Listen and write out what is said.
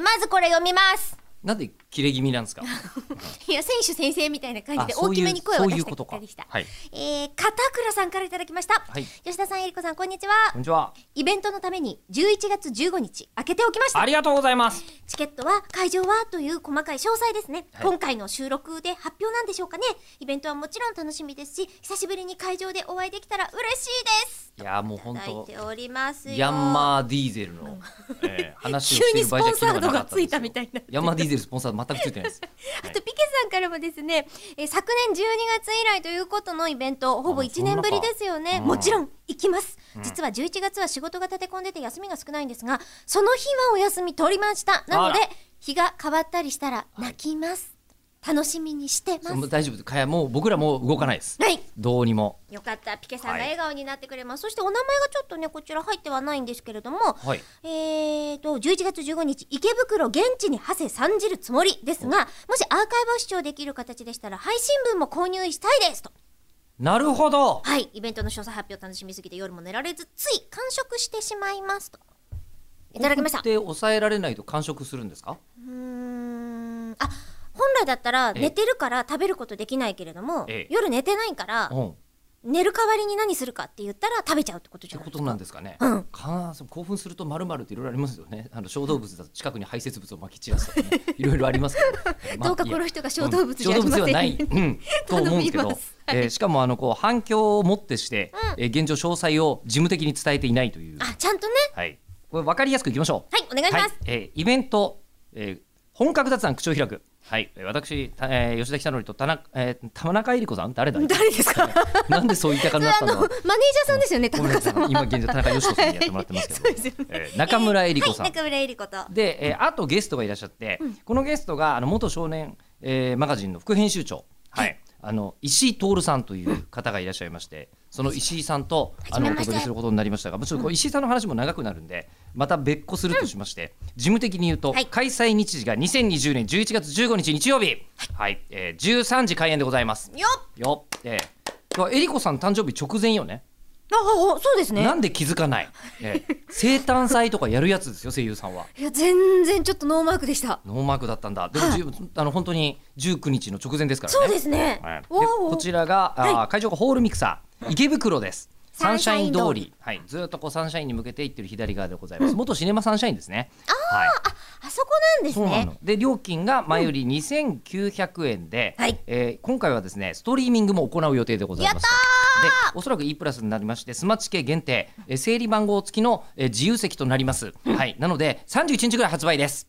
まずこれ読みますなんで切れ気味なん ですか。 いや選手先生みたいな感じであそういう大きめに声を出そういしうことたかりした、はいえー片倉さんからいただきました、はい吉田さんえりこさんこんにちはこんにちは。イベントのために11月15日開けておきましたありがとうございます。チケットは会場はという細かい詳細ですね、はい今回の収録で発表なんでしょうかねイベントはもちろん楽しみですし久しぶりに会場でお会いできたら嬉しいですいやーもうい本ただい当ておりますよヤンマーディーゼルの、えー、話 を急してにるス場ポ合ンじゃ機能サーがドなかがったついたみたいいなヤンマーディーゼルスポンサード全くついてない です。あとピケさんからもですね、えー昨年12月以来ということのイベントほぼあ1年ぶりですよそんねなかもちろん行きます、うん実は11月は仕事が立て込んでて休みが少ないんですがその日はお休み取りましたなのであら日が変わったりしたら泣きます、楽しみにしてまそれもす大丈夫です。かやもう僕らもう動かな いです。はいどうにも。よかったピケさんがはい笑顔になってくれます、そしてお名前がちょっとねこちら入ってはないんですけれども、はい。えー、と11月15日池袋現地に馳せ参じるつもりですがもしアーカイブを視聴できる形でしたら配信分も購入したいですとなるほど。はいイベントの詳細発表楽しみすぎて夜も寝られずつい完食してしまいますといただきましたここって抑えられないと完食するんですか。うーんあ本来だったらええ寝てるから食べることできないけれどもええ夜寝てないからうん。っ寝る代わりに何するかって言ったら食べちゃうってことじてゃないこですかとなんですかね。うんか興奮するとまるまるっていろいろありますよね。あの小動物だと近くに排泄物を撒き散らすとか ね。いろいろありますけど。どうかいやこの人が小動物じゃありませんうん小動物ではない、うん、と思うんで頼みすけまどす。えーしかもあのこう反響をもってして、えー現状詳細を事務的に伝えていないという。あちゃんとねはい。これ分かりやすくいきましょう。はいお願いします、はいえーイベント、えー本格雑談口を開く。はい、えー私、たえー吉田久典と田中、えー田中絵理子さん、誰だ。誰ですかなんでそういった感そじれだあったのマのネージ。ャーさんですよ ね田ごめん中なささいんは今現状田中佳子さんにやってもらってますけど、 そうですよねえー中村江里子さん、はい、中村えり子と。はで、えーあとゲストがいらっしゃって、このゲストがあの元少年、えーマガジンの副編集長、はい、あの石井徹さんという方がいらっしゃいましてその石井さんとあのはじおめまして届けすることになりましたがもちろんこう石井さんの話も長くなるんでまた別個するとしまして、事務的に言うと、はい開催日時が2020年11月15日日曜日、はいえー、13時開演でございます。よっよっ、えー、えりこさん誕生日直前よね。あああそうですねなんで気づかない、えー生誕祭とかやるやつですよ声優さんは。いや全然ちょっとノーマークでしたノーマークだったんだ。でも、はいじゅうあの本当に19日の直前ですからね。そうですね、はいでわおこちらが、あー会場がホールミクサー池袋です。サンシャイン通り、はい、ずっとこうサンシャインに向けて行ってる左側でございます。元シネマサンシャインですね。はい、あそこなんですそうなねの。で料金が前より2900円で、はいえー今回はですねストリーミングも行う予定でございます。でおそらく E プラスになりましてスマチケ限定、えー整理番号付きの、えー自由席となります。はい、なので31日ぐらい発売です。